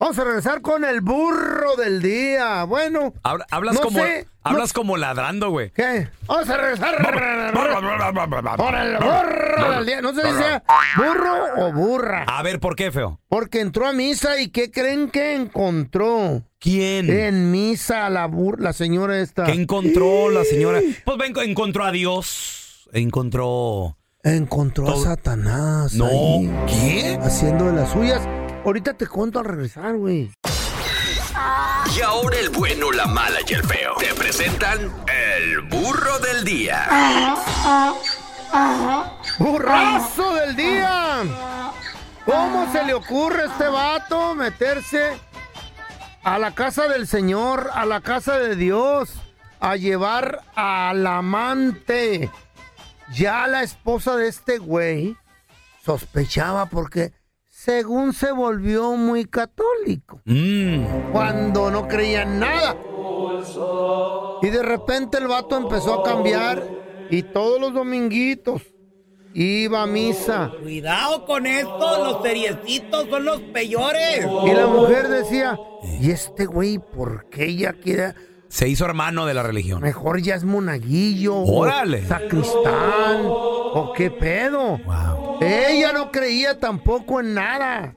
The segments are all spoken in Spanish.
Vamos a regresar con el burro del día. Bueno, Habla- hablas No como sé, hablas como ladrando, güey. ¿qué? Vamos a regresar con el burro del día. No sé si sea burro o burra. A ver, ¿por qué, feo? Porque entró a misa y ¿qué creen que encontró? ¿Quién? En misa la, bur la señora esta. ¿Qué encontró la señora? Pues ven, encontró a Dios. Encontró. Encontró Todo- a Satanás. No. ahí, ¿Qué? haciendo de las suyas. Ahorita te cuento al regresar, güey. Y ahora el bueno, la mala y el feo. Te presentan el burro del día. ¡Burrazo del día! ¿Cómo se le ocurre a este vato meterse a la casa del Señor, a la casa de Dios, a llevar al amante? Ya la esposa de este güey sospechaba porque según se volvió muy católico Mm, cuando no creían nada. Y de repente el vato empezó a cambiar y todos los dominguitos iba a misa. Cuidado con esto, los seriecitos son los peores. Y la mujer decía, ¿y este güey por qué ya quiere? se hizo hermano de la religión. Mejor ya es monaguillo. o Órale. Sacristán. ¿O qué pedo? Wow. Ella no creía tampoco en nada.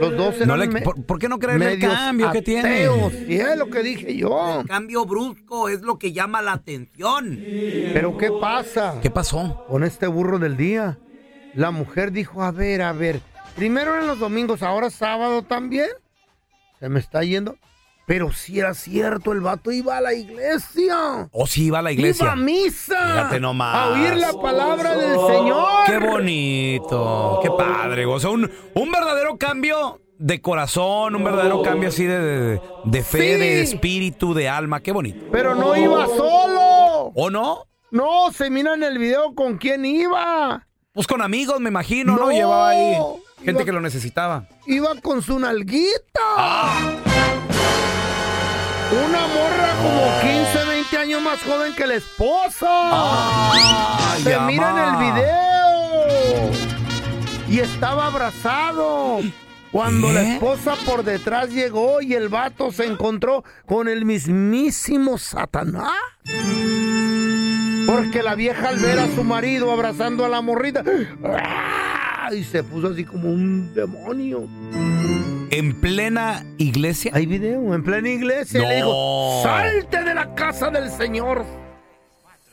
Los dos eran No le- me- ¿por, por qué no creerle el medios cambio que tiene? ateos. Y es lo que dije yo. Cambio brusco es lo que llama la atención. Pero ¿qué pasa? ¿Qué pasó? con este burro del día. La mujer dijo, a ver, a ver, primero eran los domingos, ahora sábado también. Se me está yendo. Pero si era cierto, el vato iba a la iglesia. ¿O si Oh, iba a la Iba iglesia? a misa. Fíjate nomás. A oír la palabra del Señor. Qué bonito, qué padre. O sea, un, un verdadero cambio de corazón, un verdadero cambio así de, de- de fe, Sí. de espíritu, de alma. Qué bonito. Pero no iba solo. ¿O no? No, se mira en el video con quién iba. Pues con amigos, me imagino, ¿no? No. Llevaba ahí gente Iba- que lo necesitaba. Iba con su nalguita. Una morra como 15, 20 años más joven que la esposa. Se Ay, mira amá. en el video. Y estaba abrazado. Cuando ¿Eh? la esposa por detrás llegó y el vato se encontró con el mismísimo Satanás. Porque la vieja al ver a su marido abrazando a la morrita. ¡ah! Y se puso así como un demonio. En plena iglesia. Hay video en plena iglesia. Y le No. digo, salte de la casa del Señor.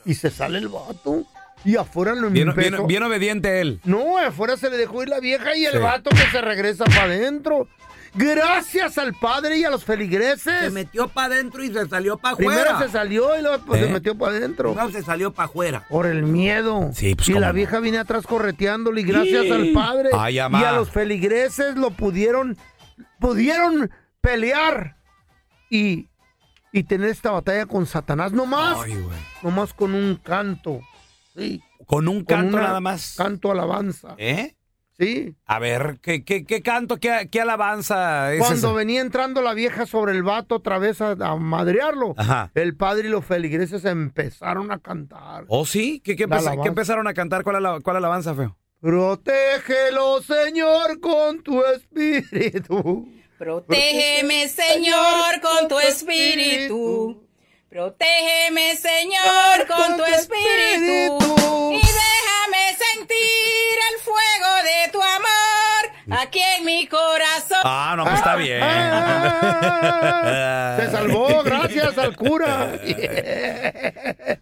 Y se sale el vato. Y afuera lo Bien, empezó. bien- bien obediente él. No, afuera se le dejó ir la vieja y el Sí. vato que se regresa para adentro. Gracias al padre y a los Se feligreses. metió para adentro y se salió para Primero afuera. se salió y luego pues, ¿Eh? se metió para adentro. Primero se salió para afuera. Por el miedo. Sí, pues, y cómo la no. vieja viene atrás correteándole y gracias al padre Ay, y amá. a los feligreses lo pudieron, pudieron pelear y, y tener esta batalla con Satanás. No más, Ay, güey. no más con un canto. Sí, Con un con canto una- nada más. Canto alabanza. ¿Eh? Sí. A ver, ¿qué, qué, qué canto, qué, qué alabanza es Cuando esa? venía entrando la vieja sobre el vato otra vez a, a madrearlo, Ajá. el padre y los feligreses empezaron a cantar. ¿Oh, sí? ¿Qué, qué La empeza- qué alabanza. empezaron a cantar? ¿Cuál, ala- cuál alabanza, feo? Protégelo, Señor, con tu espíritu. Protégeme, Señor, con tu espíritu. Protégeme, Señor, con tu espíritu y déjame sentir el fuego de tu amor aquí en mi corazón. Ah, no, pues está bien. Se salvó gracias al cura.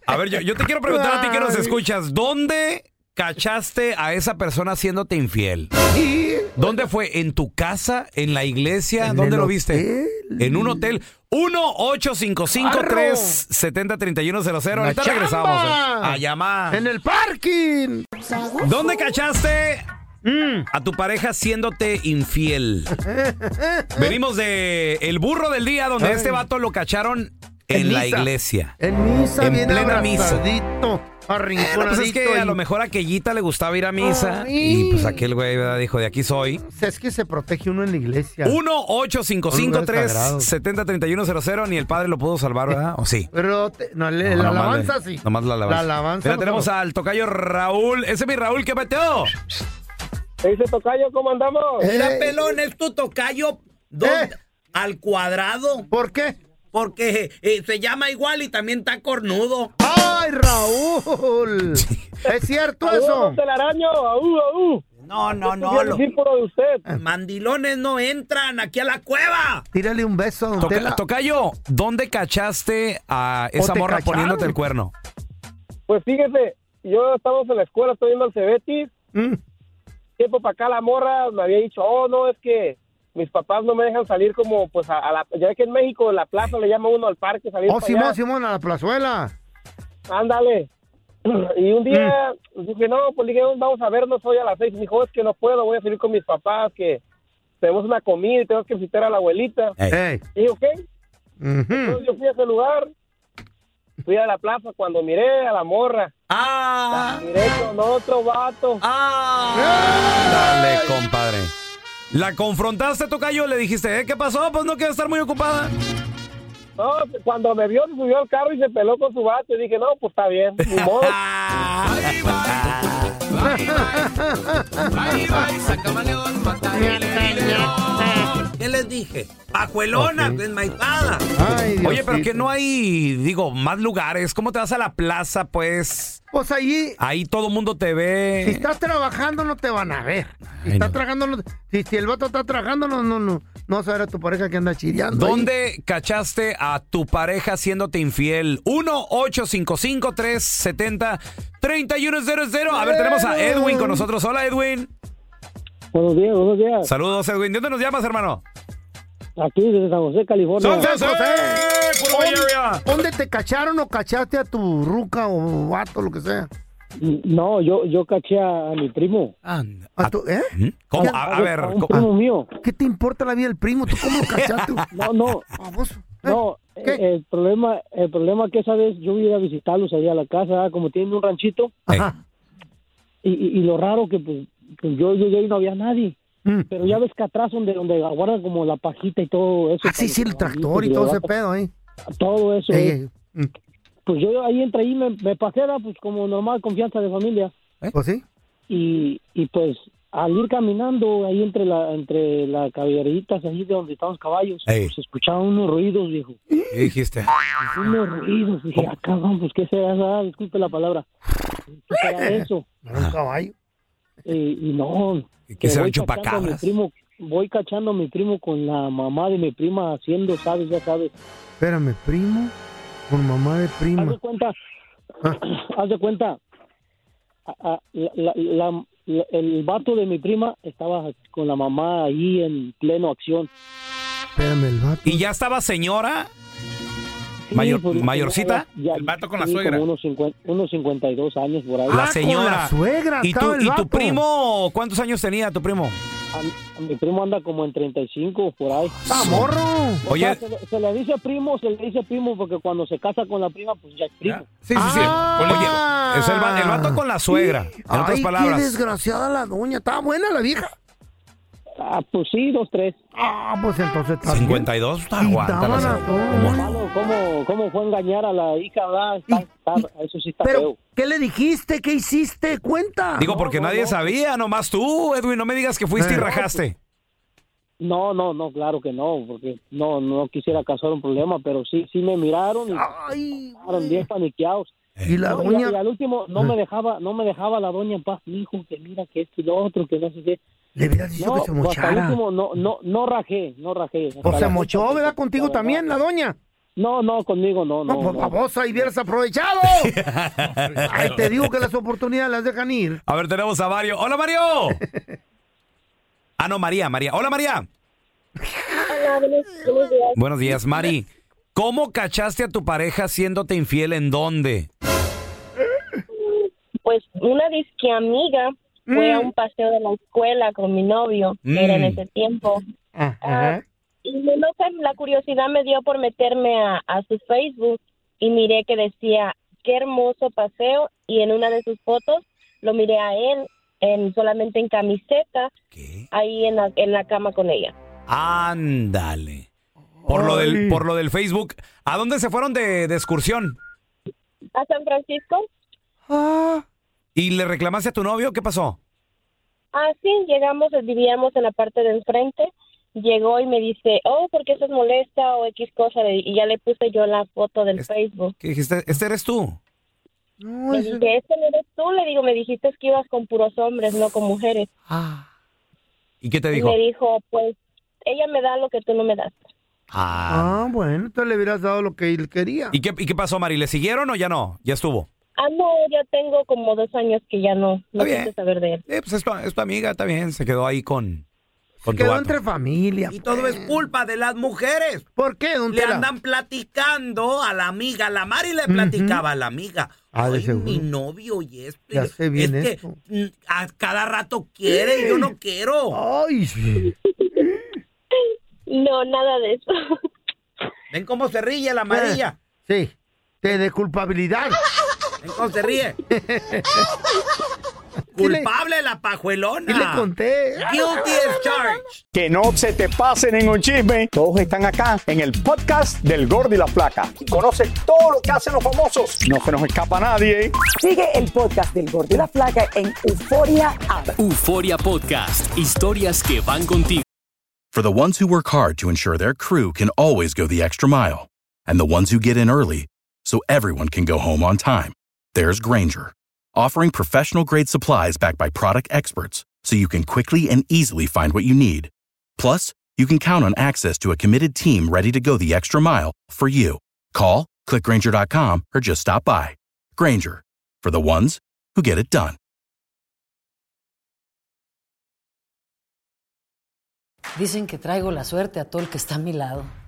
A ver, yo, yo te quiero preguntar a ti que nos Ay. escuchas, ¿dónde cachaste a esa persona haciéndote infiel? ¿Dónde fue? ¿En tu casa? ¿En la iglesia? ¿Dónde lo viste? En un hotel. 1-855-370-3100. La Ahorita chamba. regresamos. eh, A llamar. En el parking. Mm. ¿Dónde cachaste a tu pareja haciéndote infiel? Venimos de El Burro del Día, donde ¿Eh? Ay. este vato lo cacharon en, En la misa. iglesia. En misa En bien plena misa. abrazadito, Eh, no, arrinconadito. pues es que a y- lo mejor a aquellita le gustaba ir a misa. Ay. Y pues aquel güey ¿verdad? dijo, de aquí soy. Es que se protege uno en la iglesia. 1-855-370-3100. Ni el padre lo pudo salvar, ¿verdad? ¿O sí? Pero te- no, le- No, la nomás alabanza le- sí. Nomás la alabanza. La alabanza Mira, no tenemos solo. al tocayo Raúl. Ese es mi Raúl, ¿qué meteo? ¿Qué dice Tocayo? ¿Cómo andamos? Eh, Mira, pelón, es tu tocayo dos- al cuadrado. ¿Por qué? Porque eh, se llama igual y también está cornudo. ¡Ay, Raúl! ¿Es cierto eso? telaraño! ¡Aú, aú! No, no, no. Quiero los decir por lo de usted. mandilones no entran aquí a la cueva. Tírale un beso a Don Toca- Tela. tocayo, ¿dónde cachaste a esa te morra cacharon? poniéndote el cuerno? Pues fíjese, yo estamos en la escuela, estoy viendo al Cebetis. Mm. Tiempo para acá la morra me había dicho, oh, no, es que mis papás no me dejan salir como, pues, a, a la... Ya ve que en México, en la plaza, le llama uno al parque, salir Oh, para Simón, allá. Simón, a la plazuela. Ándale. Y un día Mm. dije, no, pues dije, vamos a vernos hoy a las seis. Me dijo, es que no puedo, voy a salir con mis papás, que tenemos una comida y tengo que visitar a la abuelita. Ey. Y dije, ok. Ujú. Entonces yo fui a ese lugar, fui a la plaza cuando miré a la morra. Ah, Miré con otro vato. ah. Dale, compadre. La confrontaste, Tocayo, le dijiste, ¿eh? ¿Qué pasó? Pues no quiero estar muy ocupada. No, cuando me vio, se subió al carro y se peló con su vato. Y dije, no, pues está bien, ni modo. ¿Qué les dije? Pajuelona, desmaitada. Ay, Dios Oye, pero que no hay, digo, más lugares. ¿Cómo te vas a la plaza, pues? Pues ahí, Ahí todo el mundo te si ve. estás trabajando, no te van a ver. Si Ay, estás no. trabajando, no- si, si el vato está trabajando, no, no, no. No vas a ver a tu pareja que anda chideando. ahí. ¿Dónde cachaste a tu pareja haciéndote infiel? 1-855-370-3100. A ver, tenemos a Edwin con nosotros. Hola, Edwin. Buenos días, buenos días. Saludos, Edwin. ¿De dónde nos llamas, hermano? Aquí desde San José, California. ¡San José! ¡Eh, ¡Puro Bay Area! ¿Dónde, dónde te cacharon o cachaste a tu ruca o vato, lo que sea? No, yo, yo caché a, a mi primo. ¿A tu- ¿Eh? ¿Mm? ¿Cómo? A, a ver, A un ¿cómo? primo mío. ¿Qué te importa la vida del primo? ¿Tú cómo lo cachaste? No, no, Baboso. ¿Eh? no. ¿Qué? eh, El problema, el problema que esa vez yo iba a ir a visitarlos allá a la casa, como tienen un ranchito. Ajá. Y, y, y lo raro que pues, pues yo llegué y no había nadie. Mm. Pero ya ves que atrás donde, donde guardan como la pajita y todo eso. Ah, sí, sí, el pues, tractor y todo ese pedo ahí. Todo eso. Ey, eh. ey, mm, Pues yo ahí entre ahí me, me pasé, era, pues como normal confianza de familia. Pues sí. y, y pues al ir caminando ahí entre la entre las caballeritas ahí de donde estaban los caballos Ey. pues, se escuchaban unos ruidos viejo ¿Qué dijiste? unos ruidos dije ah cabrón pues qué será Ah, disculpe la palabra qué será eso Eh, Era un caballo. y, y no ¿Qué que será un voy cachando a mi chupacabras? primo voy cachando a mi primo con la mamá de mi prima haciendo sabes ya sabes Espérame, primo. Con mamá de haz prima. de cuenta Ah. haz de cuenta a- a- la- la- la- la- el vato de mi prima estaba con la mamá ahí en pleno acción Espérame, el vato. ¿Y ya estaba señora? Sí, Mayor- pues, ¿Mayorcita? ya- ya- El vato con la sí, suegra. Como unos, 50, unos 52 años por ahí. La Ah, con señora. la suegra ¿Y estaba tu, el ¿Y vato. tu primo? ¿Cuántos años tenía tu primo? A- a mi primo anda como en 35 por ahí. ¡Ah, morro! O Oye, sea, se, le- se le dice primo, se le dice primo porque cuando se casa con la prima, pues ya es primo. Sí, sí, sí. Ah. Oye, es el, va- el vato con la suegra. En otras Ay, palabras. qué desgraciada la doña. ¿Estaba buena la vieja? Ah, pues sí, dos, tres. Ah, pues entonces está bien. 52 está Y aguanta. la daban a señora. todos. Mano, ¿cómo, ¿Cómo fue engañar a la hija? verdad? Está- está- eso sí está Pero, feo. ¿qué le dijiste? ¿Qué hiciste? Cuenta. Digo, porque nadie sabía, nomás tú, Edwin. No me digas que fuiste y Eh. rajaste. No, no, no, claro que no, porque no, no quisiera causar un problema, pero sí, sí me miraron y estaban bien paniqueados. Y la No, doña- Eh. y al último no me dejaba, no me dejaba la doña en paz, hijo, que mira que esto y lo otro, que no sé qué. pues, Le hubieras dicho que se Hasta mochara. el último no, no, no rajé, no rajé. Hasta O la se fecha, mochó, ¿verdad? Contigo también, la doña. No, no, conmigo no, no. pues babosa, y hubieras aprovechado. Ay, te digo que las oportunidades las dejan ir. A ver, tenemos a Mario. ¡Hola, Mario! Ah, no, María, María. ¡Hola, María! Hola, buenos, buenos días. Buenos días, Mari. ¿Cómo cachaste a tu pareja siéndote infiel en dónde? Pues una disque amiga fue a un paseo de la escuela con mi novio, que era en Mm. ese tiempo. Ajá. Y me- no sé, la curiosidad me dio por meterme a, a su Facebook y miré que decía, qué hermoso paseo. Y en una de sus fotos lo miré a él en, solamente en camiseta, ahí en la, en la cama con ella. Ándale. Por lo, del, por lo del Facebook. ¿A dónde se fueron de, de excursión? ¿A San Francisco? Ah. ¿Y le reclamaste a tu novio? ¿Qué pasó? Así Ah, llegamos, vivíamos en la parte de enfrente. Llegó y me dice, oh, ¿por qué estás molesta? O X cosa. le- Y ya le puse yo la foto del Facebook. ¿Qué dijiste? ¿Este eres tú? me dije, ¿este no eres tú? Le digo, me dijiste que ibas con puros hombres, no con mujeres. ¿Y qué te Y dijo? me dijo, pues, ella me da lo que tú no me das. Ah. Ah, bueno, entonces le hubieras dado lo que él quería. ¿Y qué, y qué pasó, Mari? ¿Le siguieron o ya no? Ya estuvo. Ah, no, ya tengo como dos años que ya no, no bien. quise saber de él. Eh, pues es tu, es tu amiga, está bien. Se quedó ahí con, con tu Quedó vato. entre familia. Y todo es culpa de las mujeres. ¿Por qué, don Le Tela? andan platicando a la amiga. La Mari le platicaba a la amiga. Ah, de "Ay, seguro. mi novio y esto. y Ya lo- sé bien ¿eh? es esto. que mm, a cada rato quiere y yo no quiero. Ay, sí. No, nada de eso. Ven cómo se ríe la amarilla. Sí. Te de culpabilidad. Ven cómo se ríe. le- Culpable la pajuelona. Y le conté. Guilty as charged. Que no se te pase ningún chisme. Todos están acá en el podcast del Gordi y la Flaca. Conoce todo lo que hacen los famosos. No se nos escapa nadie. Sigue el podcast del Gordo y la Flaca en Euforia App. Euforia Podcast. Historias que van contigo. For the ones who work hard to ensure their crew can always go the extra mile, and the ones who get in early so everyone can go home on time, there's Granger, offering professional grade supplies backed by product experts so you can quickly and easily find what you need. Plus, you can count on access to a committed team ready to go the extra mile for you. Call, clickgranger.com, or just stop by. Granger, for the ones who get it done. Dicen que traigo la suerte a todo el que está a mi lado.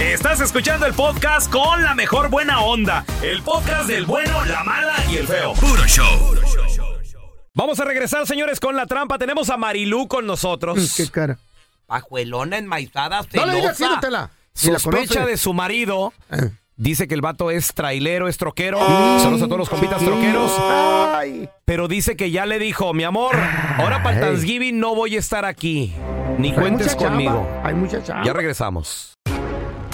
Estás escuchando el podcast con la mejor buena onda. El podcast del bueno, la mala y el feo. Puro show. Vamos a regresar, señores, con la trampa. Tenemos a Marilú con nosotros. Mm, Qué cara. Pajuelona enmaizada, No celosa. le digas así, don Tela. Si la Sospecha conoce. Ah. de su marido. Dice que el vato es trailero, es troquero. Mm. Saludos a todos los compitas troqueros. Pero dice que ya le dijo, mi amor, ahora para el Thanksgiving no voy a estar aquí. Ni Ah, Hay cuentes mucha chamba, conmigo. Hay mucha chamba. Ya regresamos.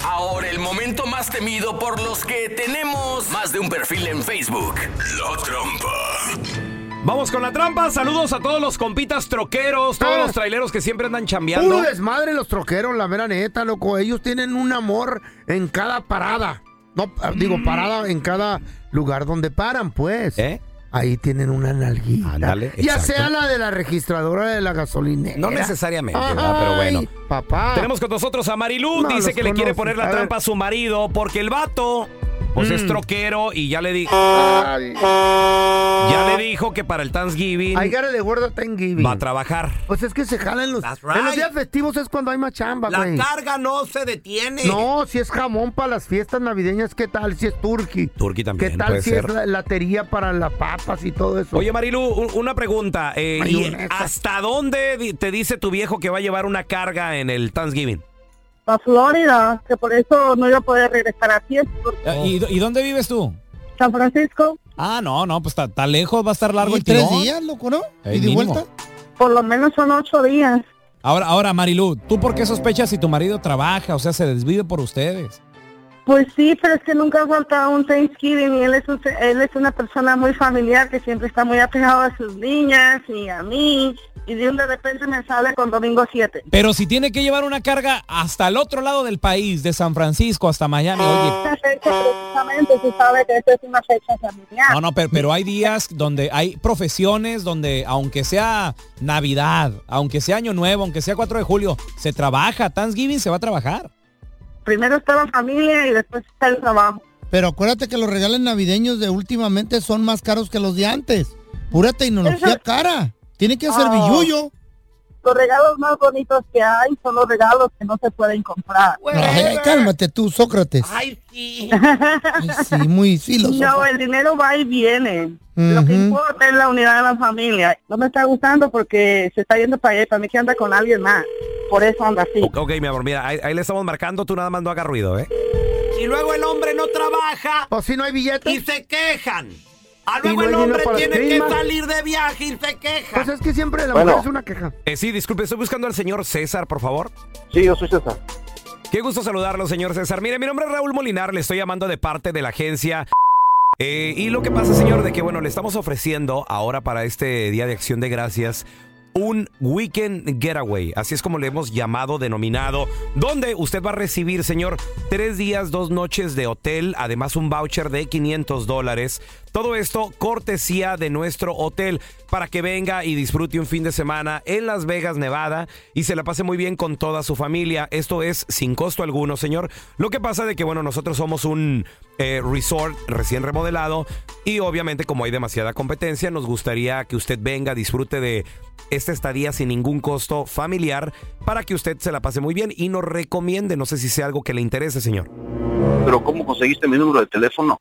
Ahora el momento más temido por los que tenemos más de un perfil en Facebook. La trampa. Vamos con la trampa. Saludos a todos los compitas troqueros, todos los traileros que siempre andan chambeando. Ah. Puro desmadre los troqueros, la vera neta, loco. Ellos tienen un amor en cada parada. No, ah, digo, Mm. parada en cada lugar donde paran, pues. Ahí tienen una nalguita. ya ¿Eh? exacto. sea la de la registradora de la gasolina. No necesariamente, ¿verdad? Pero bueno. Papá. Tenemos con nosotros a Marilú. No, dice los que le conoces. quiere poner la A ver. Mm. trampa a su marido porque el vato, pues es troquero y ya le dijo. Ya le dijo que para el Thanksgiving Hay gara de gordo Thanksgiving. va a trabajar. Pues es que se jalan los. That's right. En los días festivos es cuando hay más chamba, La güey. carga no se detiene. No, si es jamón para las fiestas navideñas, ¿qué tal? Si es turqui. Turqui también ¿Qué tal puede si ser. es la- latería para las papas y todo eso? Oye, Marilu, u- una pregunta. eh, ¿y ¿Hasta dónde di- te dice tu viejo que va a llevar una carga en el Thanksgiving? a Florida, que por eso no iba a poder regresar a tiempo. porque- Eh, ¿Y, y dónde vives tú? San Francisco, Ah, no, no, pues está está lejos, va a estar largo el tres tirón. días, loco, ¿no? Ey, mínimo. por lo menos son ocho días. Ahora, ahora, Marilu, ¿tú por qué sospechas si tu marido trabaja? O sea, se desvive por ustedes. Pues sí, pero es que nunca falta un Thanksgiving y él es, un- él es una persona muy familiar que siempre está muy apegado a sus niñas y a mí. Y de un de repente me sale con domingo 7. Pero si tiene que llevar una carga hasta el otro lado del país, de San Francisco hasta Miami, oye. Esta fecha precisamente se sabe que esta es una fecha familiar. No, no, pero, pero hay días donde hay profesiones donde, aunque sea Navidad, aunque sea Año Nuevo, aunque sea 4 de julio, se trabaja. Thanksgiving se va a trabajar. Primero está la familia y después está el trabajo. Pero acuérdate que los regalos navideños de últimamente son más caros que los de antes. Pura tecnología Eso- cara. Tiene que hacer Ah. billuyo. Los regalos más bonitos que hay son los regalos que no se pueden comprar. Ay, cálmate tú, Sócrates. Ay, sí, muy filósofo. No, el dinero va y viene. Lo que Ujú. importa es la unidad de la familia. No me está gustando porque se está yendo para allá y para mí que anda con alguien más. Por eso anda así. Ok, mi amor, mira, ahí, ahí le estamos marcando, tú nada más no hagas ruido, ¿eh? Y luego el hombre no trabaja. O si no hay billetes. Y se quejan. Y Ah, no luego hay el dinero hombre para tiene que Christmas. salir de viaje y se queja. Pues es que siempre la Bueno. mujer es una queja. Eh, sí, disculpe, estoy buscando al señor César, por favor. Sí, yo soy César. Qué gusto saludarlo, señor César. Mire, mi nombre es Raúl Molinar, le estoy llamando de parte de la agencia. Eh, y lo que pasa, señor, de que, bueno, le estamos ofreciendo ahora para este Día de Acción de Gracias un Weekend Getaway. Así es como le hemos llamado, denominado, donde usted va a recibir, señor, tres días, dos noches de hotel, además un voucher de 500 dólares. Todo esto cortesía de nuestro hotel para que venga y disfrute un fin de semana en Las Vegas, Nevada, y se la pase muy bien con toda su familia. Esto es sin costo alguno, señor. Lo que pasa de que, bueno, nosotros somos un eh, resort recién remodelado y obviamente como hay demasiada competencia, nos gustaría que usted venga, disfrute de esta estadía sin ningún costo familiar para que usted se la pase muy bien y nos recomiende. No sé si sea algo que le interese, señor. Pero ¿cómo conseguiste mi número de teléfono?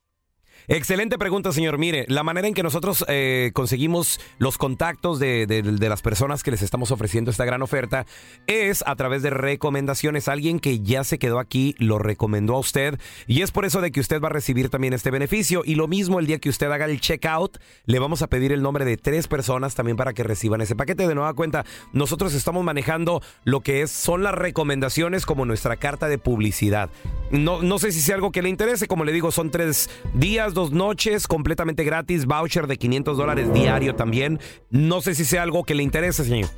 Excelente pregunta, señor. Mire, la manera en que nosotros eh, conseguimos los contactos de, de- de las personas que les estamos ofreciendo esta gran oferta es a través de recomendaciones. Alguien que ya se quedó aquí lo recomendó a usted y es por eso de que usted va a recibir también este beneficio. Y lo mismo el día que usted haga el checkout, le vamos a pedir el nombre de tres personas también para que reciban ese paquete. De nueva cuenta, nosotros estamos manejando lo que es, son las recomendaciones como nuestra carta de publicidad. No, no sé si sea algo que le interese, como le digo, son tres días, dos noches, completamente gratis, voucher de 500 dólares diario también. No sé si sea algo que le interese, señor.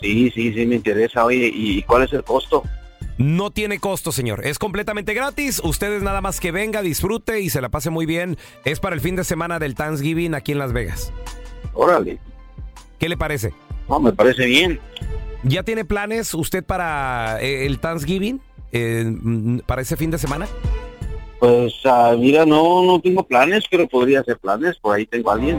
Sí, sí, sí, me interesa. Oye, ¿y cuál es el costo? No tiene costo, señor. Es completamente gratis. Ustedes nada más que venga, disfrute y se la pase muy bien. Es para el fin de semana del Thanksgiving aquí en Las Vegas. Órale. ¿Qué le parece? No, me parece bien. ¿Ya tiene planes usted para eh, el Thanksgiving? Eh, mm, ¿Para ese fin de semana? Pues, ah, mira, no, no tengo planes, pero podría hacer planes. Por ahí tengo a alguien.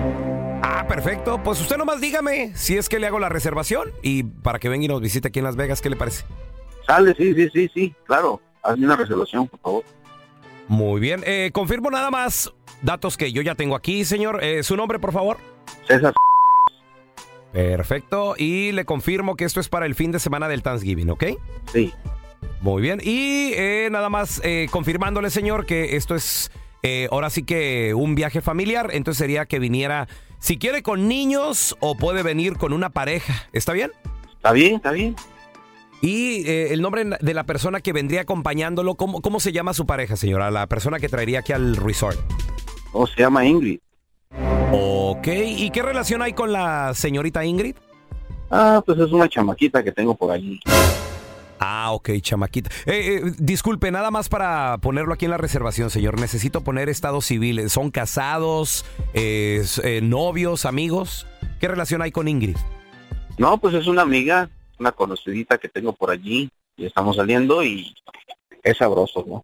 Ah, perfecto. Pues usted nomás dígame si es que le hago la reservación y para que venga y nos visite aquí en Las Vegas, ¿qué le parece? Sale, sí, sí, sí, sí, claro. Hazme una reservación, por favor. Muy bien. Eh, confirmo nada más datos que yo ya tengo aquí, señor. Eh, ¿Su nombre, por favor? César. Perfecto. Y le confirmo que esto es para el fin de semana del Thanksgiving, ¿ok? Sí. Muy bien. Y eh, nada más eh, confirmándole, señor, que esto es eh, ahora sí que un viaje familiar. Entonces sería que viniera, si quiere, con niños o puede venir con una pareja. ¿Está bien? Está bien, está bien. Y eh, el nombre de la persona que vendría acompañándolo, ¿cómo, ¿cómo se llama su pareja, señora? La persona que traería aquí al resort. ¿Cómo Oh, se llama Ingrid? Ok. ¿Y qué relación hay con la señorita Ingrid? Ah, pues es una chamaquita que tengo por allí. Ah, ok, chamaquita. Eh, eh, disculpe, nada más para ponerlo aquí en la reservación, señor. Necesito poner estado civil. ¿Son casados, eh, s- eh, novios, amigos? ¿Qué relación hay con Ingrid? No, pues es una amiga, una conocidita que tengo por allí. Y estamos saliendo y es sabroso, ¿no?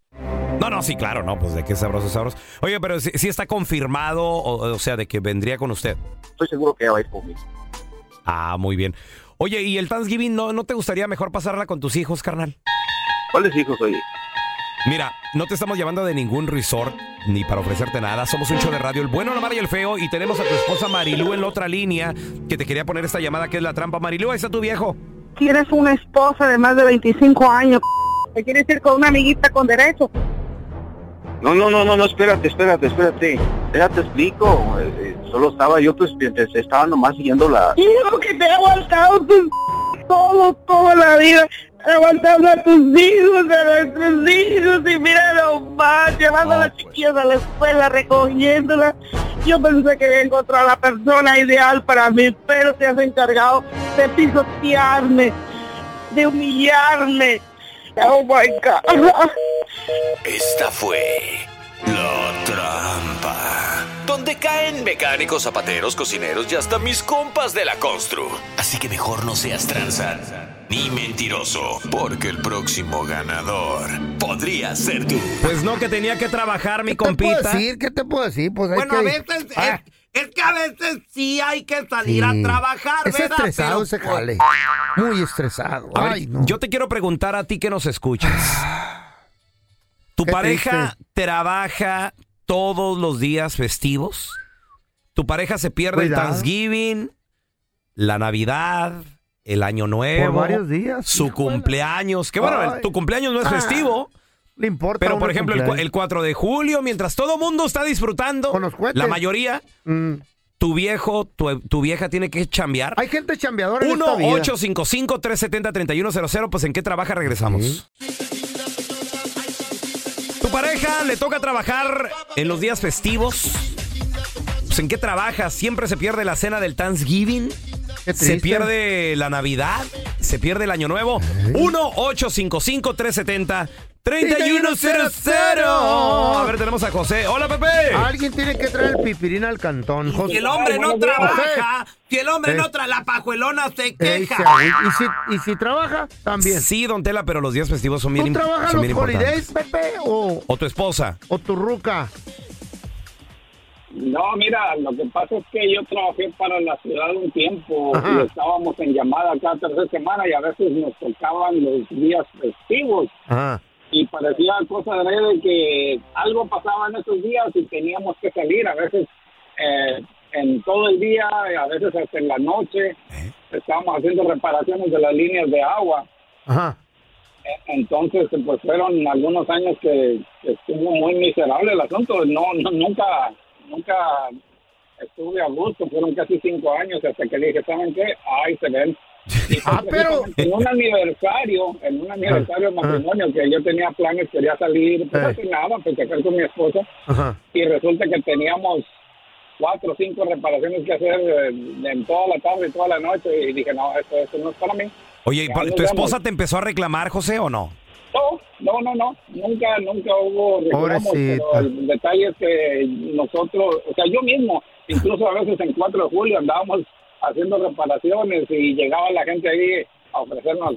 No, no, sí, claro, no, pues de qué sabroso, sabroso. Oye, pero sí, sí está confirmado, o, o sea, de que vendría con usted. Estoy seguro que ella va a ir conmigo. Ah, muy bien. Oye, ¿y el Thanksgiving no, no te gustaría mejor pasarla con tus hijos, carnal? ¿Cuáles hijos, oye? Mira, no te estamos llamando de ningún resort ni para ofrecerte nada. Somos un show de radio, el bueno, la mala y el feo. Y tenemos a tu esposa Marilú en la otra línea que te quería poner esta llamada que es la trampa. Marilú, ahí está tu viejo. Tienes una esposa de más de 25 años. Te quieres ir con una amiguita con derecho. No, no, no, no, no, espérate, espérate, espérate. Ya te explico. eh, eh, solo estaba yo, pues, mientras estaba nomás siguiendo la... Hijo que te he aguantado tus todo, toda la vida. Aguantando a tus hijos, a nuestros hijos, y mira nomás, llevando Ah, a las pues. chiquillas a la escuela, recogiéndolas. Yo pensé que había encontrado a la persona ideal para mí, pero te has encargado de pisotearme, de humillarme. Oh my God. Esta fue La Trampa, donde caen mecánicos, zapateros, cocineros y hasta mis compas de la Constru. Así que mejor no seas tranza ni mentiroso, porque el próximo ganador podría ser tú. Pues no, que tenía que trabajar mi ¿Qué puedo compita. decir? ¿Qué te puedo decir? Pues hay Bueno, que- a veces es- Ah, Es que a veces sí hay que salir sí. a trabajar, Es ¿verdad? estresado Pero, ese pues, jale. Muy estresado. A ver, Ay, Ah. Yo te quiero preguntar a ti que nos escuchas. ¿Tu Qué pareja trabaja todos los días festivos? ¿Tu pareja se pierde Cuidado. el Thanksgiving, la Navidad, el Año Nuevo? varios días, Su cumpleaños. Que bueno, Ay. tu cumpleaños no es Ah, festivo. le importa. Pero, uno por el ejemplo, el, cua- cumpleaños. el 4 de julio, mientras todo mundo está disfrutando, la mayoría, Mm. tu viejo, tu, tu vieja tiene que chambear. Hay gente chambeadora en esta vida. 1-855-370-3100. Pues en qué trabaja regresamos. Tu pareja le toca trabajar en los días festivos. Pues en qué trabaja. Siempre se pierde la cena del Thanksgiving. Se triste. pierde la Navidad. Se pierde el Año Nuevo. 1-855-370-3100. A ver, tenemos a José. Hola, Pepe. Alguien tiene que traer el pipirín al cantón. Si el hombre no trabaja, si el hombre Eh. no trabaja, la pajuelona se Ey, queja. se- y, si, y si trabaja, también. Sí, don Tela, pero los días festivos son bien, ¿Tú im- trabajas son los bien importantes. holidays, Pepe, o, O tu esposa. o tu ruca? No, mira, lo que pasa es que yo trabajé para la ciudad un tiempo Ajá. y estábamos en llamada cada tercera semana y a veces nos tocaban los días festivos Ah. y parecía cosa de de que algo pasaba en esos días y teníamos que salir a veces eh, en todo el día, a veces hasta en la noche. Estábamos haciendo reparaciones de las líneas de agua. Ajá. Entonces, pues fueron algunos años que, que estuvo muy miserable el asunto. No, no, nunca, nunca estuve a gusto. Fueron casi cinco años hasta que dije, ¿saben qué? Ay, se ven. Y fue precisamente En un aniversario, en un aniversario de matrimonio que yo tenía planes, quería salir, pues Ah. hace nada, porque acá con mi esposa. Ajá. Y resulta que teníamos cuatro o cinco reparaciones que hacer eh, en toda la tarde y toda la noche. Y dije, no, esto, esto no es para mí. Oye, ¿y Ya por- nos ¿tu vemos. esposa te empezó a reclamar, José, o no? No, no, no, no. Nunca, nunca hubo reclamos, Pobrecita. pero el detalle es que nosotros, o sea, yo mismo, incluso a veces en 4 de julio andábamos haciendo reparaciones y llegaba la gente ahí a ofrecernos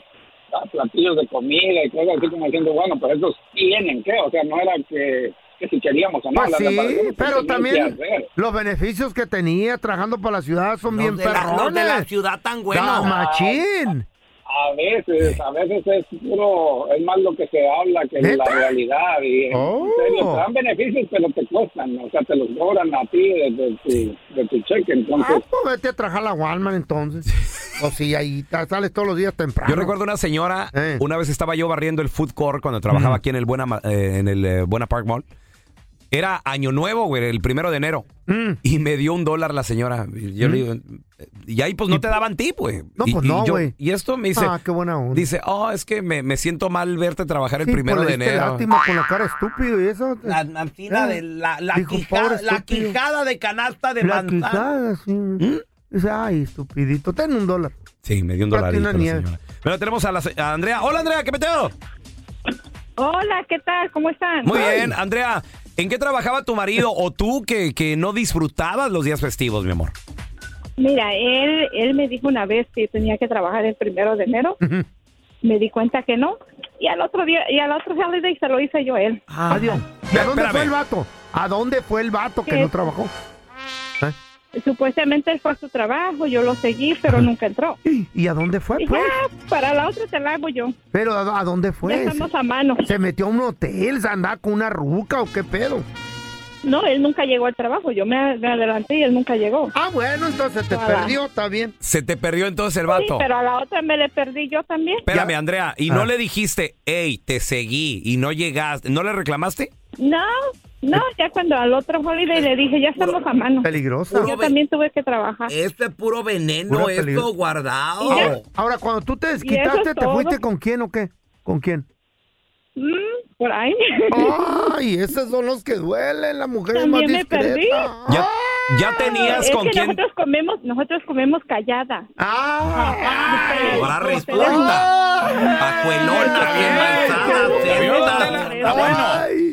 ah, platillos de comida y cosas así como diciendo, bueno, pues estos tienen que, o sea, no era que, que si queríamos o no. Pues las reparaciones sí, se pero tenían también que hacer. los beneficios que tenía trabajando para la ciudad son bien de la- perrones. los de la ciudad tan buenos. Da machín. A veces, a veces es puro, es más lo que se habla que ¿Neta? la realidad. Y en Oh. serio, te dan beneficios, pero te cuestan, o sea, te los cobran a ti de, de tu, de tu cheque. Entonces, Ah, pues vete a trabajar la Walmart entonces. o si ahí ta- sales todos los días temprano. Yo recuerdo una señora, Eh. una vez estaba yo barriendo el food court cuando trabajaba aquí en el Buena, Ma- eh, en el eh, Buena Park Mall. Era año nuevo, güey, el primero de enero. Mm. Y me dio un dólar la señora. Y Yo le digo, eh, y ahí pues no te daban tip, güey. No, Y- pues y no, yo- güey. Y esto me dice, Ah, qué buena onda. dice, oh, es que me, me siento mal verte trabajar el Sí, primero pues, de le diste enero. lástima con la cara estúpido y eso. Eh, La, la fina de la, la Dijo, quija- pobre la estúpido. quijada de canasta de La manzana. ¿Mm? quijada, sí. Dice, ay, estupidito, ten un dólar. Sí, me dio un Cómprate dolarito una la nieve. señora. Pero tenemos a, la, se- a Andrea. Hola, Andrea, ¿qué peteo? Hola, ¿qué tal? ¿Cómo están? Muy bien, Andrea. ¿En qué trabajaba tu marido o tú que, que no disfrutabas los días festivos, mi amor? Mira, él, él me dijo una vez que tenía que trabajar el primero de enero. Me di cuenta que no. Y al otro día, y al otro holiday se lo hice yo a él. Adiós. ¿Y a dónde fue el vato? ¿A dónde fue el vato que ¿Qué? no trabajó? Supuestamente él fue a su trabajo, yo lo seguí, pero nunca entró. ¿Y a dónde fue, Y pues? ya, para la otra te la hago yo. Pero ¿a, a dónde fue? Ya estamos a mano. ¿Se metió a un hotel? ¿Se andaba con una ruca o qué pedo? No, él nunca llegó al trabajo. Yo me, me adelanté y él nunca llegó. Ah, bueno, entonces te perdió, está bien. Se te perdió entonces el Sí, vato. pero a la otra me le perdí yo también. Espérame, Andrea, ¿y Ah. no le dijiste, hey, te seguí y no llegaste? ¿No le reclamaste? No, no, ya cuando al otro holiday le dije, ya estamos a mano. Peligrosa. Yo también tuve que trabajar. Esto es puro veneno, Puro peligro. esto guardado. Ahora, ahora, cuando tú te eso desquitaste, es ¿te fuiste todo. con quién o qué? ¿Con quién? Mm, por ahí. Ay, esos son los que duelen, la mujer es más También me discreta. perdí. Ah, Ya, ya tenías es con que quién. nosotros comemos, nosotros comemos callada. Ah, Ahora responda. Pajuelona, bien malsana, Está bueno.